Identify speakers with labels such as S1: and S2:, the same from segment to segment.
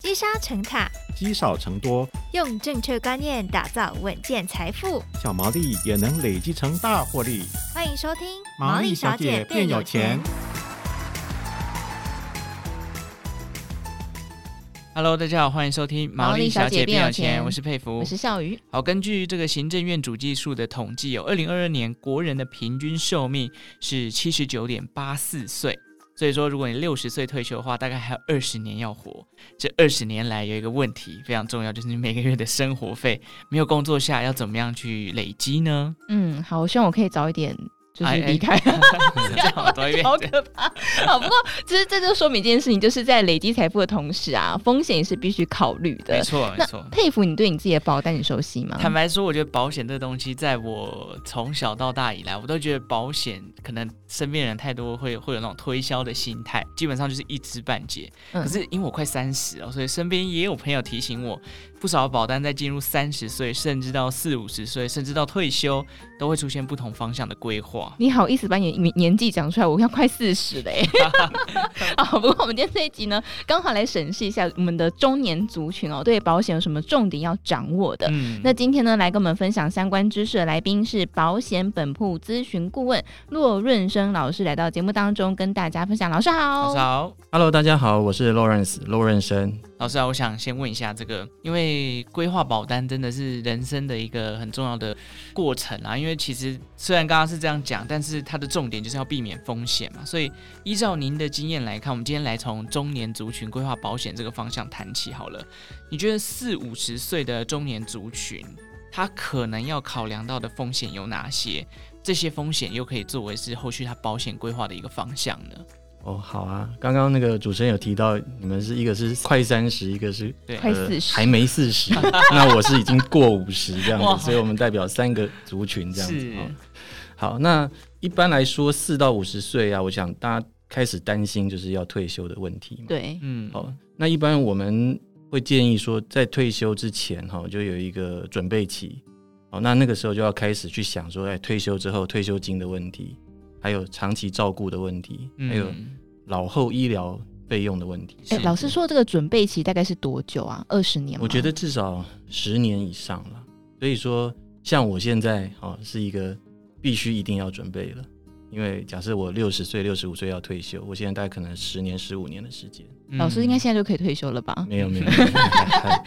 S1: 积沙成塔，
S2: 积少成多，
S1: 用正确观念打造稳健财富。
S2: 小毛利也能累积成大获利。
S1: 欢迎收听《
S2: 毛利小姐变有钱》。
S3: Hello，大家好，欢迎收听《
S4: 毛利
S3: 小
S4: 小姐
S3: 变
S4: 变
S3: 有
S4: 有
S3: 钱》，
S4: 钱
S3: 我是佩服，
S4: 我是笑鱼，
S3: 好，根据这个行政院主计处的统计哦，二零二二年国人的平均寿命是七十九点八四岁，所以说如果你六十岁退休的话，大概还有二十年要活。这二十年来有一个问题非常重要，就是你每个月的生活费没有工作下要怎么样去累积呢？
S4: 嗯，好，我希望我可以早一点就是
S3: 哎哎
S4: 离开，
S3: 这样我多一遍
S4: 好可怕。好， 不过其实这就说明一件事情，就是在累积财富的同时啊，风险也是必须考虑
S3: 没
S4: 的。
S3: 错没
S4: 那
S3: 错。
S4: 佩服你对你自己的保单你熟悉吗？
S3: 坦白说，我觉得保险这东西，在我从小到大以来，我都觉得保险可能身边人太多会会有那种推销的心态，基本上就是一知半解。
S4: 嗯
S3: 可是因为我快三十了，所以身边也有朋友提醒我，不少保单在进入三十岁，甚至到四五十岁，甚至到退休，都会出现不同方向的规划。
S4: 你好意思把你年年纪讲出来？我要快四十 了耶！好，不过我们今天这一集呢，刚好来审视一下我们的中年族群哦，对保险有什么重点要掌握的。
S3: 嗯
S4: 那今天呢，来跟我们分享相关知识的来宾是保险本铺咨询顾问骆润生老师，来到节目当中跟大家分享。老师好，
S3: 老师好。
S5: Hello，大家好，我是 Lawrence 陆润生。
S3: 老师啊，我想先问一下这个，因为规划保单真的是人生的一个很重要的过程啊。因为其实虽然刚刚是这样讲，但是它的重点就是要避免风险嘛。所以依照您的经验来看，我们今天来从中年族群规划保险这个方向谈起好了。你觉得四五十岁的中年族群，他可能要考量到的风险有哪些？这些风险又可以作为是后续他保险规划的一个方向呢？
S5: 哦，好啊，刚刚那个主持人有提到，你们是一个是快三十，一个是呃
S3: 对
S4: 快四十
S5: 还没 四十，那我是已经过五十这样
S3: 哇
S5: 子，所以我们代表三个族群这样子。
S3: 是
S5: 哦好，那一般来说四到五十岁啊，我想大家开始担心就是要退休的问题嘛。
S4: 对，
S3: 嗯，
S5: 好，那一般我们会建议说，在退休之前哈、就有一个准备期。好，那那个时候就要开始去想说，哎，退休之后退休金的问题，还有长期照顾的问题，还有
S3: 嗯
S5: 老后医疗费用的问题。
S4: 哎、
S3: 是
S4: 老师说这个准备期大概是多久啊？二十年吗？
S5: 我觉得至少十年以上了。所以说，像我现在哦，是一个必须一定要准备了。因为假设我六十岁、六十五岁要退休，我现在大概可能十年、十五年的时间，
S4: 老师应该
S3: 嗯
S4: 现在就可以退休了吧？
S5: 没有没有，没有没有还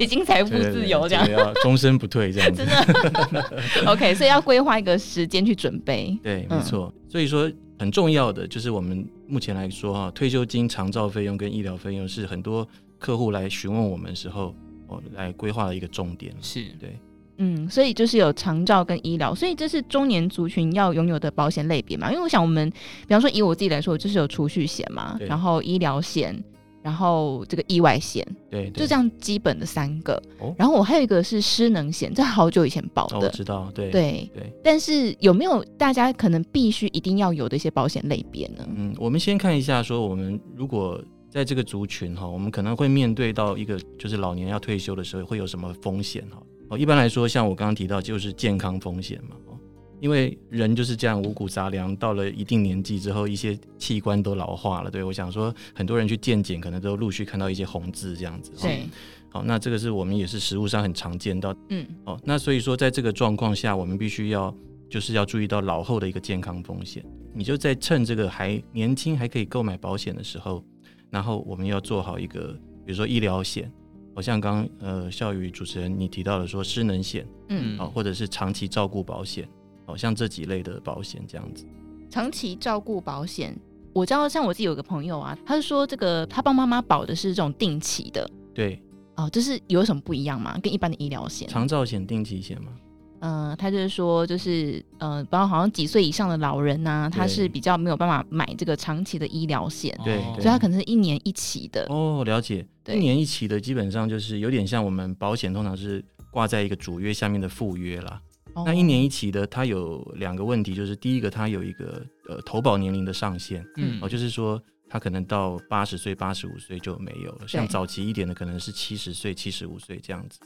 S4: 已经财富自由这样，
S5: 对对对要终身不退这样 子
S4: 真。的。OK，所以要规划一个时间去准备。
S5: 对，
S4: 嗯
S5: 没错。所以说，很重要的就是我们目前来说哈，退休金、长照费用跟医疗费用是很多客户来询问我们的时候，哦，来规划的一个重点。
S3: 是
S5: 对，
S4: 嗯，所以就是有长照跟医疗，所以这是中年族群要拥有的保险类别嘛。因为我想我们，比方说以我自己来说，我就是有储蓄险嘛，
S5: 对
S4: 然后医疗险，然后这个意外险，
S5: 对，
S4: 就这
S5: 样。
S4: 样基本的三个。
S5: 哦
S4: 然后我还有一个是失能险，这好久以前保
S5: 哦，我
S4: 的。
S5: 知道，对，
S4: 对
S5: 对，
S4: 但是有没有大家可能必须一定要有的一些保险类别呢？
S5: 嗯，我们先看一下，说我们如果在这个族群哈，我们可能会面对到一个就是老年要退休的时候会有什么风险哈。哦，一般来说，像我刚刚提到就是健康风险嘛，哦，因为人就是这样五谷杂粮，到了一定年纪之后，一些器官都老化了。对我想说，很多人去健检，可能都陆续看到一些红字这样子。哦
S4: 对，
S5: 好、那这个是我们也是食物上很常见到。
S4: 嗯，
S5: 哦，那所以说，在这个状况下，我们必须要就是要注意到老后的一个健康风险。你就在趁这个还年轻还可以购买保险的时候，然后我们要做好一个，比如说医疗险，好像刚刚呃笑宇主持人你提到了说失能险
S4: 嗯，
S5: 哦，或者是长期照顾保险，哦，像这几类的保险这样子。
S4: 长期照顾保险，我知道像我自己有个朋友啊，他是说这个他帮妈妈保的是这种定期的。
S5: 对，
S4: 哦，就是有什么不一样吗？跟一般的医疗险？
S5: 长照险、定期险嘛，
S4: 嗯、他就是说，就是呃，包括好像几岁以上的老人呐、他
S5: 对
S4: 是比较没有办法买这个长期的医疗险，
S5: 对
S3: 哦
S4: 所以他可能是一年一期的。
S5: 哦，了解。
S4: 对
S5: 一年一期的基本上就是有点像我们保险通常是挂在一个主约下面的附约啦。
S4: 哦
S5: 那一年一期的，它有两个问题，就是第一个，它有一个呃投保年龄的上限，
S3: 嗯
S5: 哦，就是说它可能到八十岁、八十五岁就没有了，像早期一点的可能是七十岁、七十五岁这样子。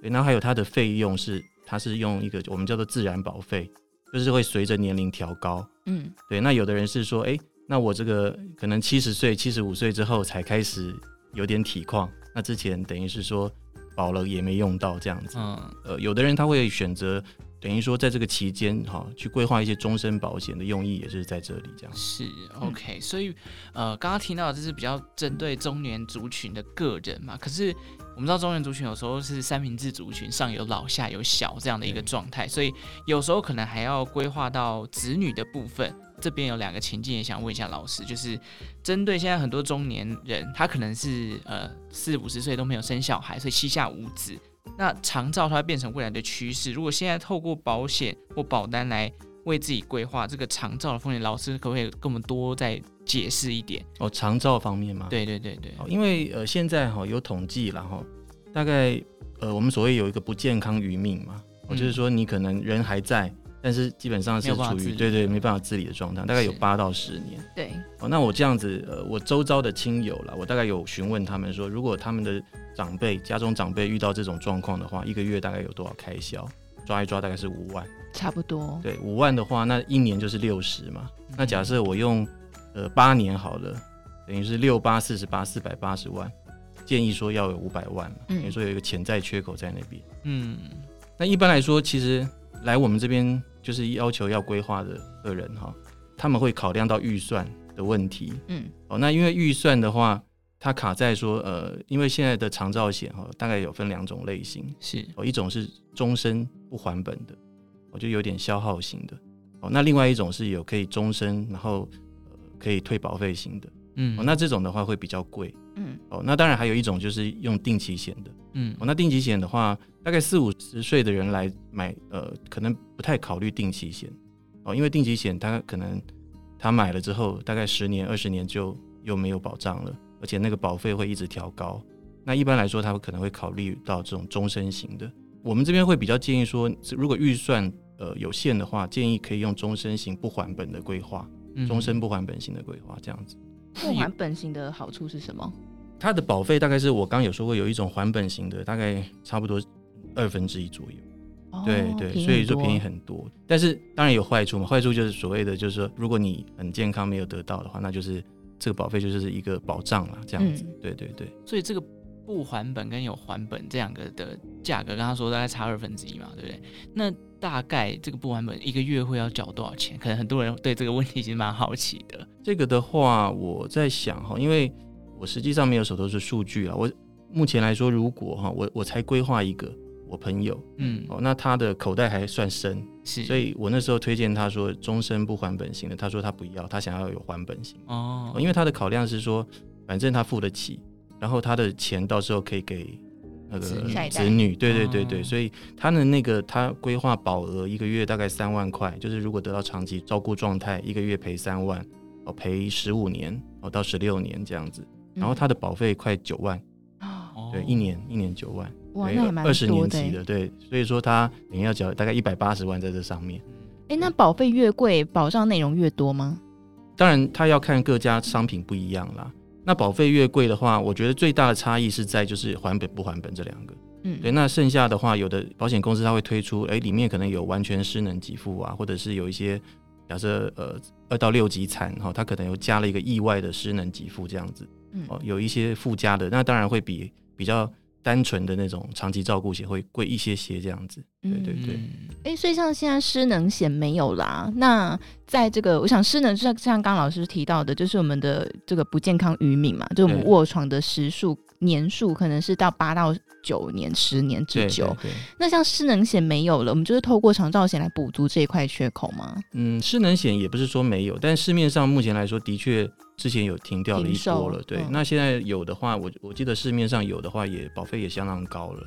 S5: 对，那还有它的费用是，它是用一个我们叫做自然保费，就是会随着年龄调高。
S4: 嗯，
S5: 对，那有的人是说，哎，那我这个可能七十岁、七十五岁之后才开始有点体况，那之前等于是说保了也没用到这样子。
S3: 嗯，
S5: 呃，有的人他会选择等于说在这个期间哈、去规划一些终身保险的用意，也是在这里这样。
S3: 是
S5: 嗯
S3: OK，、所以呃，刚刚听到的这是比较针对中年族群的个人嘛，可是我们知道中年族群有时候是三明治族群，上有老下有小这样的一个
S5: 对
S3: 状态，所以有时候可能还要规划到子女的部分。这边有两个情境，也想问一下老师，就是针对现在很多中年人，他可能是呃四五十岁都没有生小孩，所以膝下无子。那长照它会变成未来的趋势，如果现在透过保险或保单来为自己规划这个长照的风险，老师可不可以跟我们多再解释一点？
S5: 哦，长照方面嘛，
S3: 对对对对，
S5: 好，因为呃现在哈、有统计了哈，大概呃我们所谓有一个不健康余命嘛，哦
S3: 嗯
S5: 就是说你可能人还在，但是基本上
S3: 没
S5: 是
S3: 有办法
S5: 处
S3: 自
S5: 于
S3: 理
S5: 对对没办法自理的状态，大概有
S3: 是
S5: 八到十年。
S4: 对，
S5: 哦，那我这样子，呃，我周遭的亲友啦，我大概有询问他们说，如果他们的长辈、家中长辈遇到这种状况的话，一个月大概有多少开销？抓一抓大概是五万，
S4: 差不多。
S5: 对，五万的话，那一年就是六十嘛。那假设我用呃八年好了，等于是六八四十八四百八十万，建议说要有五百万嘛，
S4: 嗯
S5: 等于说有一个潜在缺口在那边。
S3: 嗯，
S5: 那一般来说，其实来我们这边就是要求要规划的个人哈，他们会考量到预算的问题，
S4: 嗯，
S5: 哦，那因为预算的话，它卡在说，呃，因为现在的长照险哈、哦，大概有分两种类型，
S3: 是
S5: 哦，一种是终身不还本的，哦，就有点消耗型的，哦，那另外一种是有可以终身，然后呃可以退保费型的，
S3: 嗯
S5: 哦，那这种的话会比较贵，
S4: 嗯，
S5: 哦，那当然还有一种就是用定期险的，
S3: 嗯
S5: 哦，那定期险的话，大概四五十岁的人来买，呃，可能不太考虑定期险，哦，因为定期险他可能他买了之后，大概十年、二十年就又没有保障了，而且那个保费会一直调高。那一般来说，他可能会考虑到这种终身型的。我们这边会比较建议说，如果预算呃有限的话，建议可以用终身型不还本的规划，
S3: 嗯
S5: 终身不还本型的规划这样子。
S4: 不还本型的好处是什么？
S5: 它的保费大概是我刚有说过，有一种还本型的，大概差不多二分之一左右。
S4: 哦
S5: 对对，所以就便宜。很多。但是当然有坏处嘛，坏处就是所谓的，就是说，如果你很健康没有得到的话，那就是这个保费就是一个保障啦，这样子。
S4: 嗯
S5: 对对对，
S3: 所以这个不还本跟有还本这两个的价格，刚刚说大概差二分之一嘛，对不对？那大概这个不还本一个月会要缴多少钱？可能很多人对这个问题其实蛮好奇的。
S5: 这个的话，我在想哈，因为我实际上没有手头是数据啊，我目前来说，如果哈，我我才规划一个我朋友
S3: 嗯，
S5: 哦，那他的口袋还算深，
S3: 是，
S5: 所以我那时候推荐他说终身不还本型的，他说他不要，他想要有还本型。
S3: 哦，
S5: 哦因为他的考量是说，反正他付得起，然后他的钱到时候可以给那个
S3: 子女
S4: 下一代
S5: 子女，对对对对，
S3: 哦
S5: 所以他的那个他规划保额一个月大概三万块，就是如果得到长期照顾状态，一个月赔三万，哦赔十五年哦到十六年这样子，
S4: 嗯
S5: 然后他的保费快九万，
S4: 哦
S5: 对，一年一年九万，
S4: 哇，
S5: 对
S4: 那也蛮
S5: 二十
S4: 多的
S5: 年期
S4: 欸。
S5: 的，对，所以说他等于要缴大概一百八十万在这上面。
S4: 哎，那保费越贵，保障内容越多吗？
S5: 当然，它要看各家商品不一样啦。那保费越贵的话，我觉得最大的差异是在就是还本不还本这两个。
S4: 嗯，
S5: 对，那剩下的话，有的保险公司它会推出，哎，里面可能有完全失能给付啊，或者是有一些假设呃二到六级残哈、它可能有加了一个意外的失能给付这样子
S4: 嗯
S5: 哦，有一些附加的，那当然会比比较单纯的那种长期照顾险会贵一些些这样子。对对对。
S3: 嗯
S4: 哎、所以像现在失能险没有啦，那在这个，我想失能就像像刚老师提到的，就是我们的这个不健康余命嘛，就是我们
S5: 对
S4: 卧床的时数年数可能是到八到九年、十年之
S5: 对
S4: 久。
S5: 对对
S4: 那像失能险没有了，我们就是透过长照险来补足这一块缺口吗？
S5: 嗯，失能险也不是说没有，但市面上目前来说，的确之前有停掉了一
S4: 停售
S5: 波了。对，
S4: 嗯
S5: 那现在有的话，我我记得市面上有的话也保费也相当高了，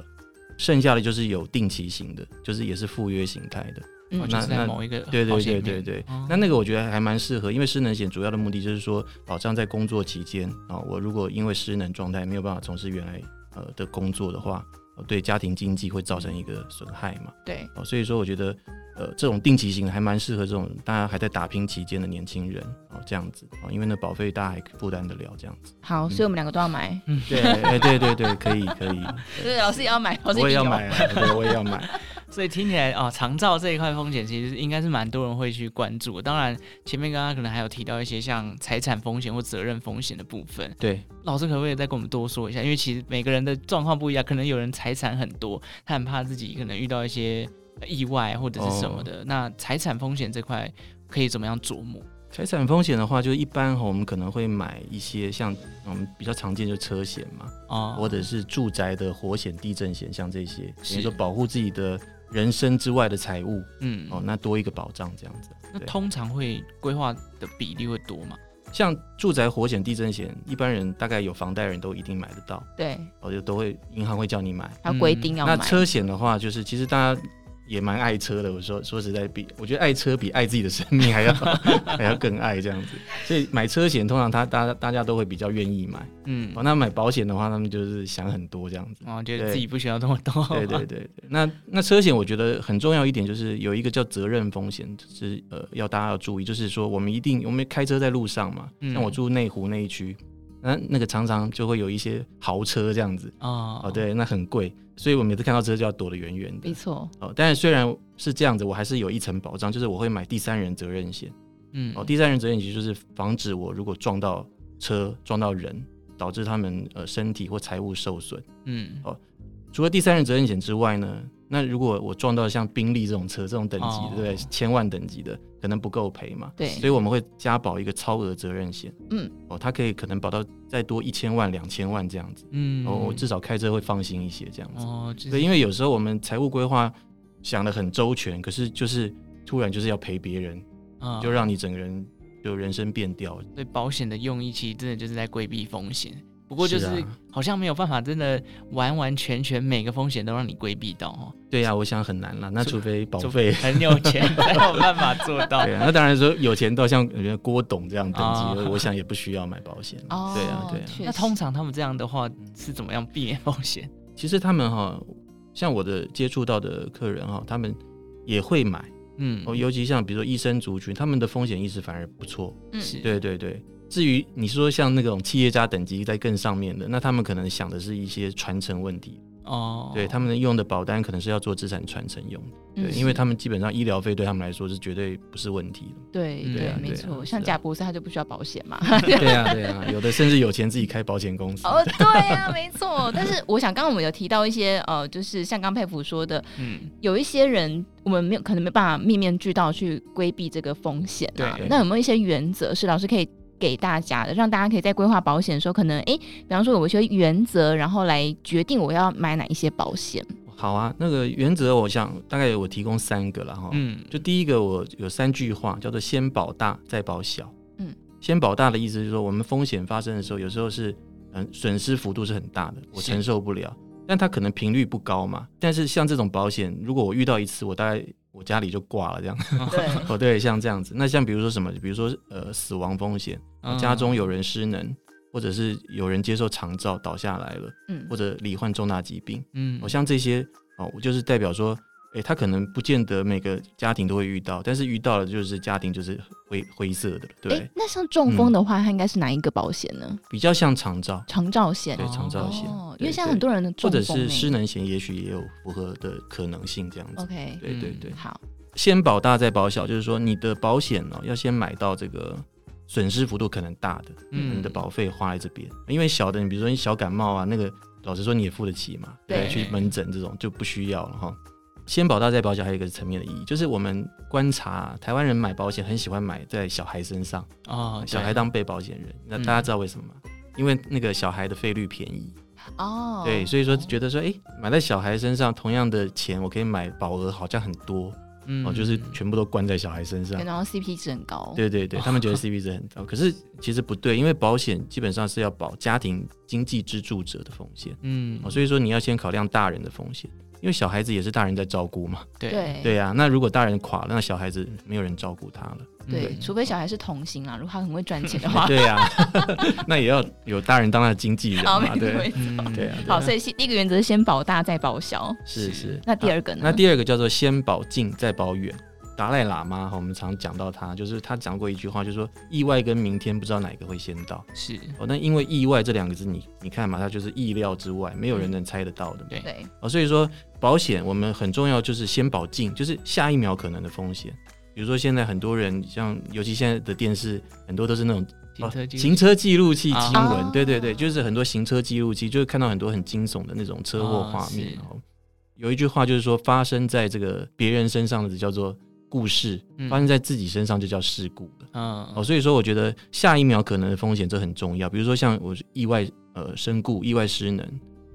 S5: 剩下的就是有定期型的，就是也是赴约形态的。
S3: 哦
S4: 嗯，
S3: 就是在
S5: 那
S3: 某一个
S5: 对对
S3: 呃保险
S5: 对
S3: 里
S5: 对
S3: 面
S5: 对
S3: 哦
S5: 那那个我觉得还蛮适合，因为失能险主要的目的就是说保障在工作期间啊、我如果因为失能状态没有办法从事原来呃的工作的话、呃对家庭经济会造成一个损害嘛。
S4: 对，
S5: 哦，所以说我觉得，呃，这种定期型还蛮适合这种大家还在打拼期间的年轻人哦，这样子哦，因为呢保费大家还负担得了这样子。哎
S4: 好，所以我们两个都要买。
S5: 嗯 对，哎，对对对，可以可以，
S4: 对，老师也要买，老师
S5: 我也
S4: 有
S5: 要。买啊，对，我也要买。
S3: 所以听起来哦，长照这一块风险其实应该是蛮多人会去关注的。当然，前面刚刚可能还有提到一些像财产风险或责任风险的部分，
S5: 对，
S3: 老师可不可以再跟我们多说一下？因为其实每个人的状况不一样，可能有人财产很多，他很怕自己可能遇到一些意外或者是什么
S5: 哦
S3: 的。那财产风险这块可以怎么样琢磨？
S5: 财产风险的话，就是一般哈，我们可能会买一些像我们比较常见就车险嘛，
S3: 哦，
S5: 或者是住宅的火险、地震险，像这些，
S3: 是
S5: 等于说保护自己的人身之外的财物
S3: 嗯，
S5: 哦，那多一个保障这样子。
S3: 那
S5: 对
S3: 通常会规划的比例会多吗？
S5: 像住宅火险、地震险，一般人大概有房贷人都一定买得到，
S4: 对，
S5: 哦，就都会银行会叫你买。
S4: 还有规定要买。
S5: 那车险的话，就是其实大家也蛮爱车的。我说说实在比，我觉得爱车比爱自己的生命还要 还要更爱这样子。所以买车险，通常他大家大家都会比较愿意买。
S3: 嗯
S5: 哦，，那买保险的话，他们就是想很多这样子。
S3: 哦，觉得自己不需要这么多，
S5: 对对对对，那那车险我觉得很重要一点就是有一个叫责任风险，就是呃要大家要注意，就是说我们一定我们开车在路上嘛，
S3: 嗯
S5: 像我住内湖那一区，那那个常常就会有一些豪车这样子，
S3: 哦
S5: 哦，，对，那很贵，所以我每次看到车就要躲得远远
S4: 没
S5: 的。
S4: 错，
S5: 哦，但是虽然是这样子，我还是有一层保障，就是我会买第三人责任险。
S3: 嗯，
S5: 哦，第三人责任险就是防止我如果撞到车、撞到人，导致他们呃身体或财物受损。
S3: 嗯，
S5: 除了第三人责任险之外呢，那如果我撞到像宾利这种车这种等级
S3: 哦
S5: 的，对不对，千万等级的，可能不够赔嘛。
S4: 对
S5: 所以我们会加保一个超额责任险。
S4: 嗯，
S5: 哦，它可以可能保到再多一千万、两千万这样子。
S3: 嗯，
S5: 哦，我至少开车会放心一些这样子。
S3: 哦，就
S5: 对，
S3: 是
S5: 因为有时候我们财务规划想的很周全，可是就是突然就是要赔别人，
S3: 啊
S5: 就让你整个人就人生变掉。
S3: 对保险的用意，其实真的就是在规避风险。不过就是
S5: 是啊
S3: 好像没有办法真的完完全全每个风险都让你规避到哦，
S5: 对呀、我想很难啦。那
S3: 除
S5: 除非保
S3: 除
S5: 费，
S3: 很有钱才有办法做到。
S5: 对啊，那当然说有钱到像呃郭董这样等级，
S3: 啊
S5: 我想也不需要买保险。
S4: 哦，
S5: 对啊，对啊。
S4: 确
S3: 那
S4: 实
S3: 通常他们这样的话
S5: 嗯
S3: 是怎么样避免风险？
S5: 其实他们哈，像我的接触到的客人哈，他们也会买
S3: 嗯，
S5: 哦，尤其像比如说医生族群，他们的风险意识反而不错。
S4: 嗯
S3: 是，
S5: 对对对。至于你说像那种企业家等级在更上面的，那他们可能想的是一些传承问题，
S3: 哦，
S5: 对他们用的保单可能是要做资产传承用的，对，
S4: 嗯
S5: 因为他们基本上医疗费对他们来说是绝对不是问题 的。
S4: 对
S3: 嗯对
S4: 对
S3: 啊，
S4: 没
S5: 对啊
S4: 错，
S5: 是
S4: 像
S5: 啊
S4: 贾博士他就不需要保险 嘛。
S5: 对啊，对啊，有的甚至有钱自己开保险公司。
S4: 哦，对啊，没错。 但是我想，刚刚我们有提到一些呃，就是像刚佩服说的，
S3: 嗯，
S4: 有一些人我们没有可能没办法面面俱到去规避这个风险啊
S5: 对。
S4: 那有没有一些原则是老师可以给大家的，让大家可以在规划保险的时候，可能诶，比方说有一些原则，然后来决定我要买哪一些保险。
S5: 好啊，那个原则我想大概我提供三个了哈。
S3: 嗯，
S5: 就第一个，我有三句话叫做“先保大，再保小”。
S4: 嗯，
S5: 先保大的意思是说，我们风险发生的时候，有时候是嗯损失幅度是很大的，我
S3: 是
S5: 承受不了，但它可能频率不高嘛。但是像这种保险，如果我遇到一次，我大概我家里就挂了这样。
S3: 嗯
S4: 对，
S5: 哦，对，像这样子。那像比如说什么，比如说呃死亡风险，
S3: 嗯
S5: 家中有人失能，或者是有人接受长照倒下来了，
S4: 嗯
S5: 或，者罹患重大疾病。
S3: 嗯，
S5: 哦，像这些哦，我就是代表说，诶、他可能不见得每个家庭都会遇到，但是遇到了就是家庭就是灰灰色的，对，嗯
S4: 诶，那像中风的话，它应该是哪一个保险呢？
S5: 比较像长照，
S4: 长照险。
S5: 对，长照险，
S4: 哦，因
S5: 对
S4: 为现在
S5: 对
S4: 很多人的
S5: 或
S4: 中
S5: 者
S4: 风
S5: 是
S4: 欸哦
S5: 失能险，也许也有符合的可能性这样子。
S4: OK，
S5: 对对
S3: 嗯
S5: 对，
S4: 好，
S5: 先保大再保小，就是说你的保险哦，要先买到这个损失幅度可能大的，
S3: 嗯
S5: 你的保费花在这边，因为小的，你比如说你小感冒啊，那个老实说你也付得起嘛，
S4: 对
S5: 对，去门诊这种就不需要了哈。先保大再保小，还有一个层面的意义，就是我们观察、台湾人买保险很喜欢买在小孩身上，
S3: 哦，
S5: 小孩
S3: 对
S5: 当被保险人，那
S3: 嗯
S5: 大家知道为什么吗？因为那个小孩的费率便宜，
S4: 哦，
S5: 对，所以说
S4: 哦
S5: 觉得说，诶，买在小孩身上，同样的钱我可以买保额好像很多，
S3: 嗯
S5: 哦，就是全部都关在小孩身上。
S4: 然后 CP 值很高。
S5: 对对对，他们觉得 CP 值很高，可是其实不对，因为保险基本上是要保家庭经济支柱者的风险、
S3: 嗯
S5: 哦，，所以说你要先考量大人的风险，因为小孩子也是大人在照顾嘛。
S3: 对
S5: 对啊，那如果大人垮了，那小孩子没有人照顾他了。
S4: 对，除非小孩是童星啦，如果他很会赚钱的话。
S5: 对啊， 那也要有大人当他的经纪人
S4: 好，没
S5: 嘛，
S4: 错没
S5: 对
S4: 错。
S3: 嗯
S5: 对啊，对啊
S4: 好，所以先第一个原则是先保大再保小。
S5: 是
S3: 是
S5: 是。
S4: 那第
S5: 好
S4: 二个呢？
S5: 那第二个叫做先保近再保远。达赖喇嘛哈，我们常讲到他，就是他讲过一句话，就是说意外跟明天不知道哪个会先到。
S3: 是
S5: 哦，那因为意外这两个字你，你看嘛，它就是意料之外，没有人能猜得到的。
S3: 对
S4: 对，
S5: 哦，所以说保险我们很重要，就是先保近，就是下一秒可能的风险。比如说现在很多人像，尤其现在的电视很多都是那种
S3: 停车记录
S5: 行车记录器
S3: 啊
S5: 新闻，
S4: 哦
S5: 对对对，就是很多行车记录器，就是看到很多很惊悚的那种车祸
S3: 啊
S5: 画面
S3: 是。
S5: 哦，有一句话就是说，发生在这个别人身上的叫做故事，
S3: 嗯
S5: 发生在自己身上就叫事故了。
S3: 嗯
S5: 哦，所以说我觉得下一秒可能的风险这很重要，比如说像我意外呃身故、意外失能，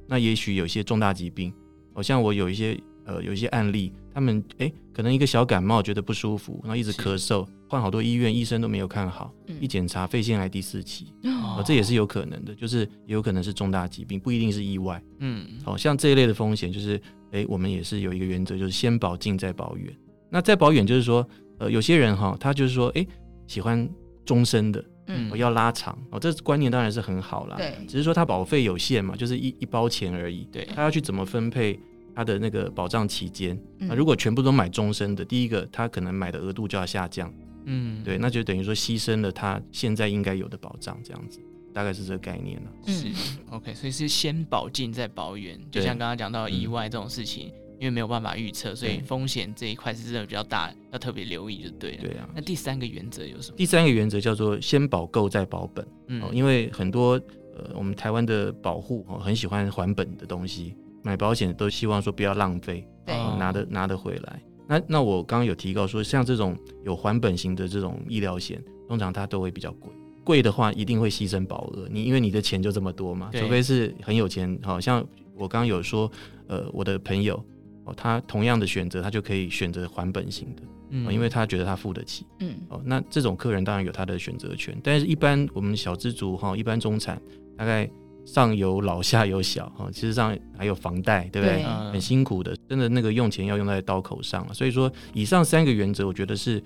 S5: 那也许有一些重大疾病，哦，像我有一些呃有一些案例，他们诶可能一个小感冒觉得不舒服，然后一直
S3: 是
S5: 咳嗽，换好多医院医生都没有看好，
S4: 嗯
S5: 一检查肺腺癌第四期，
S3: 哦
S5: 哦，这也是有可能的，就是也有可能是重大疾病，不一定是意外。
S3: 嗯
S5: 好、像这一类的风险，就是诶，我们也是有一个原则，就是先保近再保远。那再保远就是说，呃，有些人哈、他就是说，诶，喜欢终身的，
S4: 嗯
S5: 哦，要拉长哦，这观念当然是很好啦。
S4: 对
S5: 只是说他保费有限嘛，就是一一包钱而已，
S3: 对
S5: 他要去怎么分配他的那个保障期间？那、
S4: 嗯
S5: 如果全部都买终身的，第一个他可能买的额度就要下降，
S3: 嗯
S5: 对，那就等于说牺牲了他现在应该有的保障，这样子，大概是这个概念了。
S3: 是 OK，所以是先保近再保远，就
S5: 嗯对
S3: 像刚刚讲到意
S5: 嗯
S3: 外这种事情，因为没有办法预测，所以
S5: 对
S3: 风险这一块是真的比较大，要特别留意就对了。
S5: 对啊，
S3: 那第三个原则有什么？
S5: 第三个原则叫做先保够再保本。哦，
S3: 嗯，
S5: 因为很多呃，我们台湾的保护哦，很喜欢还本的东西，买保险都希望说不要浪费，
S4: 对
S5: 哦拿得拿得回来。那那我刚刚有提到说，像这种有还本型的这种医疗险，通常它都会比较贵。贵的话，一定会牺牲保额，你因为你的钱就这么多嘛，
S3: 对
S5: 除非是很有钱。好、像我刚刚有说，呃，我的朋友哦，他同样的选择，他就可以选择还本型的，哦
S3: 嗯
S5: 因为他觉得他付得起。
S4: 嗯
S5: 哦，那这种客人当然有他的选择权，但是一般我们小资族哈，一般中产大概上有老下有小哈，其实上还有房贷，对不对？
S4: 对
S3: 呃
S5: 很辛苦的，真的那个用钱要用在刀口上了。所以说，以上三个原则，我觉得是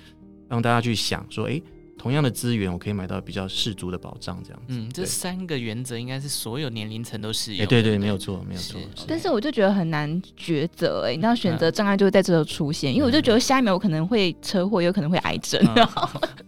S5: 让大家去想说，诶，同样的资源，我可以买到比较适足的保障，这样子。
S3: 嗯，这
S5: 对
S3: 三个原则应该是所有年龄层都适
S5: 诶
S3: 用。
S5: 对
S3: 不
S5: 对，没有错，没有错。
S3: 是
S4: 但是我就觉得很难抉择哎、你知道选择障碍就会在这时候出现，因为我就觉得下一秒我可能会车祸，有可能会癌症，
S3: 嗯
S4: 然后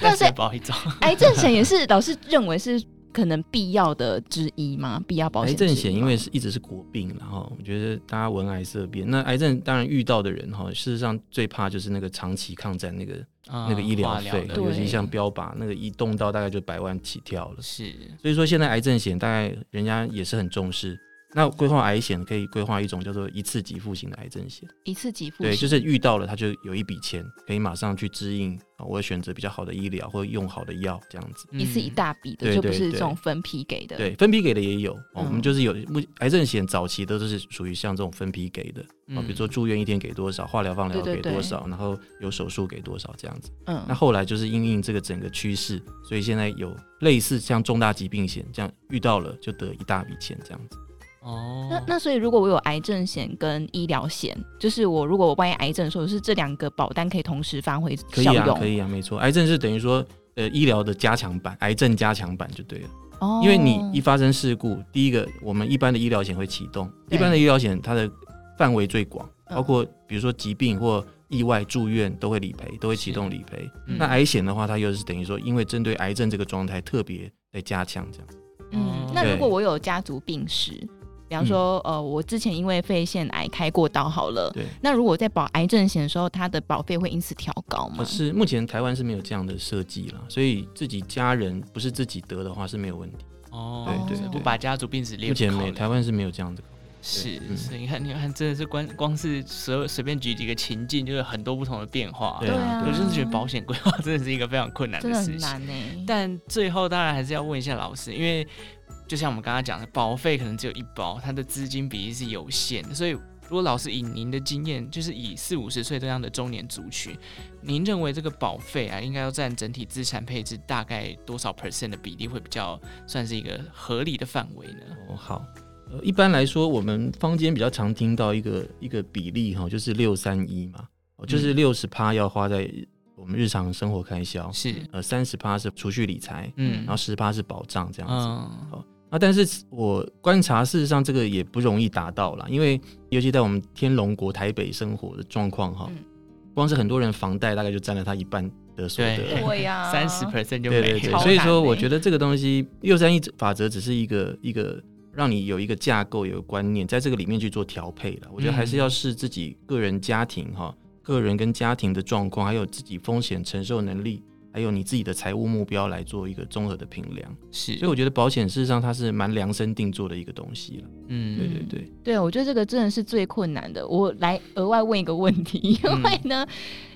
S4: 但是
S3: 再保一张，
S4: 癌症险也是老师认为是可能必要的之一嘛，必要保
S5: 癌
S4: 险之一
S5: 症险因
S4: 嘛
S5: 为是一直是国病啦，然后我觉得大家闻癌色变。那癌症当然遇到的人哈，事实上最怕就是那个长期抗战那个 那
S3: 那
S5: 个医疗费，
S4: 的
S5: 尤
S4: 对
S5: 其像标靶那个一动到大概就百万起跳了。
S3: 是
S5: 所以说现在癌症险大概人家也是很重视。那规划癌险可以规划一种叫做一次给付型的癌症险，
S4: 一次给付
S5: 对，
S4: 型
S5: 就是遇到了他就有一笔钱可以马上去支应啊，我选择比较好的医疗或用好的药这样子。
S4: 一次一
S3: 嗯
S4: 大笔的，
S5: 对
S4: 就不
S5: 对
S4: 是这
S5: 对
S4: 种分批给的，
S5: 对，分批给的也有，哦、
S4: 嗯
S5: 我们就是有目癌症险早期都是属于像这种分批给的啊、
S3: 嗯
S5: 比如说住院一天给多少，化疗放疗
S4: 对
S5: 给
S4: 对对
S5: 多少，然后有手术给多少这样子。
S4: 嗯
S5: 那后来就是因应这个整个趋势，所以现在有类似像重大疾病险这样遇到了就得一大笔钱这样子。
S3: 哦，
S4: 那那所以，如果我有癌症险跟医疗险，就是我如果我万一癌症的时候，是这两个保单可以同时发挥
S5: 可以
S4: 效
S5: 啊
S4: 用，，
S5: 可以啊，没错，癌症是等于说呃医疗的加强版，癌症加强版就对了。
S4: 哦
S5: 因为你一发生事故，第一个我们一般的医疗险会启动，
S4: 对
S5: 一般的医疗险它的范围最广，
S4: 嗯
S5: 包括比如说疾病或意外住院都会理赔，都会启动理赔。
S3: 嗯
S5: 那癌险的话，它又是等于说因为针对癌症这个状态特别在加强这样。
S4: 嗯
S3: 哦，
S4: 那如
S5: 对嗯
S4: 果我有家族病史，比方说、呃，我之前因为肺腺癌开过刀好了，
S5: 对，
S4: 那如果我在保癌症险的时候，它的保费会因此调高吗
S5: 可？是啊目前台湾是没有这样的设计啦，所以自己家人不是自己得的话是没有问题。
S3: 哦，
S4: 对对
S3: 不
S4: 对
S3: 把家族病史列入
S5: 目前
S3: 考
S5: 没
S3: 量
S5: 台湾是没有这样的。
S3: 是
S5: 对，嗯
S3: 所以你看，你看，真的是光光是随随便举几个情境，就是很多不同的变化。
S5: 对啊
S3: 我真的觉得保险规划 真的是一个非常困难
S4: 嗯真
S3: 的
S4: 的
S3: 事
S4: 很
S3: 情。
S4: 难欸呢、
S3: 但最后当然还是要问一下老师，因为就像我们刚刚讲的，保费可能只有一包，它的资金比例是有限的，所以。如果老师以您的经验，就是以四五十岁这样的中年族群，您认为这个保费啊，应该要占整体资产配置大概多少 percent 的比例会比较算是一个合理的范围呢？
S5: 哦，好。呃，一般来说，我们坊间比较常听到一个一个比例哈、就是六三一嘛，哦就是
S3: 嗯
S5: 六十趴要花在我们日常生活开销，
S3: 是，
S5: 呃，三十趴是储蓄理财，
S3: 嗯
S5: 然后十趴是保障这样子。
S3: 嗯，
S5: 啊，但是我观察，事实上这个也不容易达到啦，因为尤其在我们天龙国台北生活的状况哈
S4: 嗯，
S5: 不光是很多人房贷大概就占了他一半的所得。
S3: 对
S4: 对呀，
S3: 三十 percent 就
S5: 对
S3: 没
S5: 对对，
S4: 好
S3: 了。
S5: 所以说
S4: 难
S5: 我
S4: 欸
S5: 觉得这个东西六三一法则只是一个一个让你有一个架构，有一个观念，在这个里面去做调配了。我觉得还是
S3: 嗯
S5: 要视自己个人家庭哈，个人跟家庭的状况，还有自己风险承受能力，还有你自己的财务目标来做一个综合的评量。
S3: 是，
S5: 所以我觉得保险事实上它是蛮量身定做的一个东西了。对
S3: 嗯，
S5: 对对。
S4: 对，我觉得这个真的是最困难的。我来额外问一个问题， 因为
S5: 嗯
S4: 呢，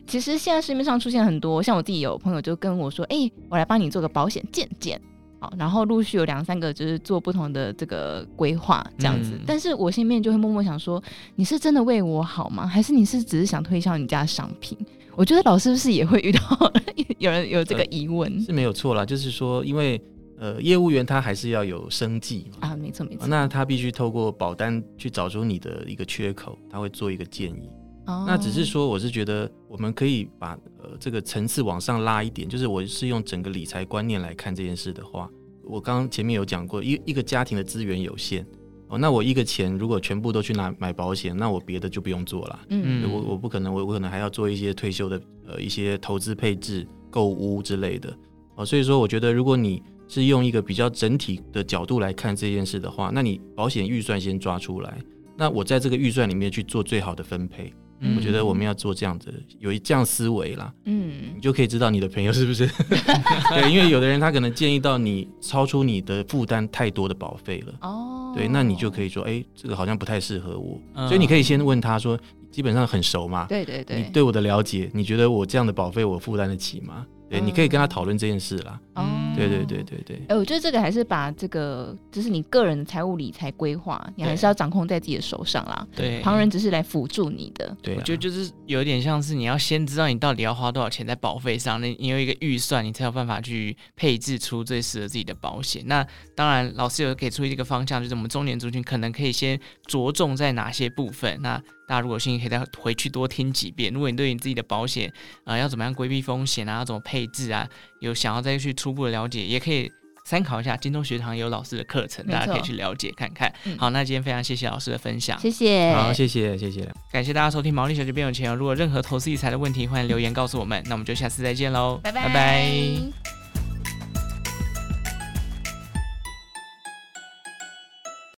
S4: 其实现在市面上出现很多，像我自己有朋友就跟我说：“哎、我来帮你做个保险鉴鉴。”好，然后陆续有两三个就是做不同的这个规划这样子。
S3: 嗯
S4: 但是我心里面就会默默想说：“你是真的为我好吗？还是你是只是想推销你家商品？”我觉得老师是不是也会遇到 有人有这个疑问、
S5: 是没有错啦，就是说，因为呃，业务员他还是要有生计嘛，
S4: 啊？没错没错，
S5: 那他必须透过保单去找出你的一个缺口，他会做一个建议。
S4: 哦
S5: 那只是说，我是觉得我们可以把呃这个层次往上拉一点，就是我是用整个理财观念来看这件事的话，我刚刚前面有讲过，一一个家庭的资源有限。哦，那我一个钱如果全部都去拿买保险，那我别的就不用做了。
S4: 嗯
S3: 嗯
S5: 我我不可能，我我可能还要做一些退休的呃一些投资配置、购物之类的哦。所以说，我觉得如果你是用一个比较整体的角度来看这件事的话，那你保险预算先抓出来，那我在这个预算里面去做最好的分配。
S3: 嗯
S5: 我觉得我们要做这样子，有一这样思维啦，
S4: 嗯
S5: 你就可以知道你的朋友是 不是对，因为有的人他可能建议到你超出你的负担太多的保费了。
S4: 哦，
S5: 对，那你就可
S4: 以
S5: 以说，哎、这个好像不太适合我，
S3: 嗯
S5: 所以你可以先问他说，基本上很熟嘛，
S4: 对对对
S5: 你对我的了解，你觉得我这样的保费我负担得起吗？对，
S4: 嗯
S5: 你可以跟他讨论这件事啦。
S4: 哦
S3: 嗯
S5: 对对对对对，
S4: 哎、我觉得这个还是把这个，就是你个人的财务理财规划，你还是要掌控在自己的手上啦。
S3: 对
S4: 旁人只是来辅助你的。
S5: 对啊、
S3: 我觉得就是有一点像是你要先知道你到底要花多少钱在保费上，那你有一个预算，你才有办法去配置出最适合自己的保险。那当然，老师有给出一个方向，就是我们中年族群可能可以先着重在哪些部分。那大家如果有兴趣，可以再回去多听几遍。如果你对你自己的保险啊、呃要怎么样规避风险啊，要怎么配置啊，有想要再去初步的了解，也可以。参考一下金钟学堂有老师的课程，
S4: 没
S3: 大家可以
S4: 错
S3: 去了解看看。
S4: 嗯
S3: 好，那今天非常谢谢老师的分享，
S4: 谢谢，
S5: 好，谢谢谢谢，
S3: 感谢大家收听《毛利小姐变有钱》哦。如果有任何投资理财的问题，欢迎留言告诉我们。那我们就下次再见喽，
S4: 拜拜
S3: 拜拜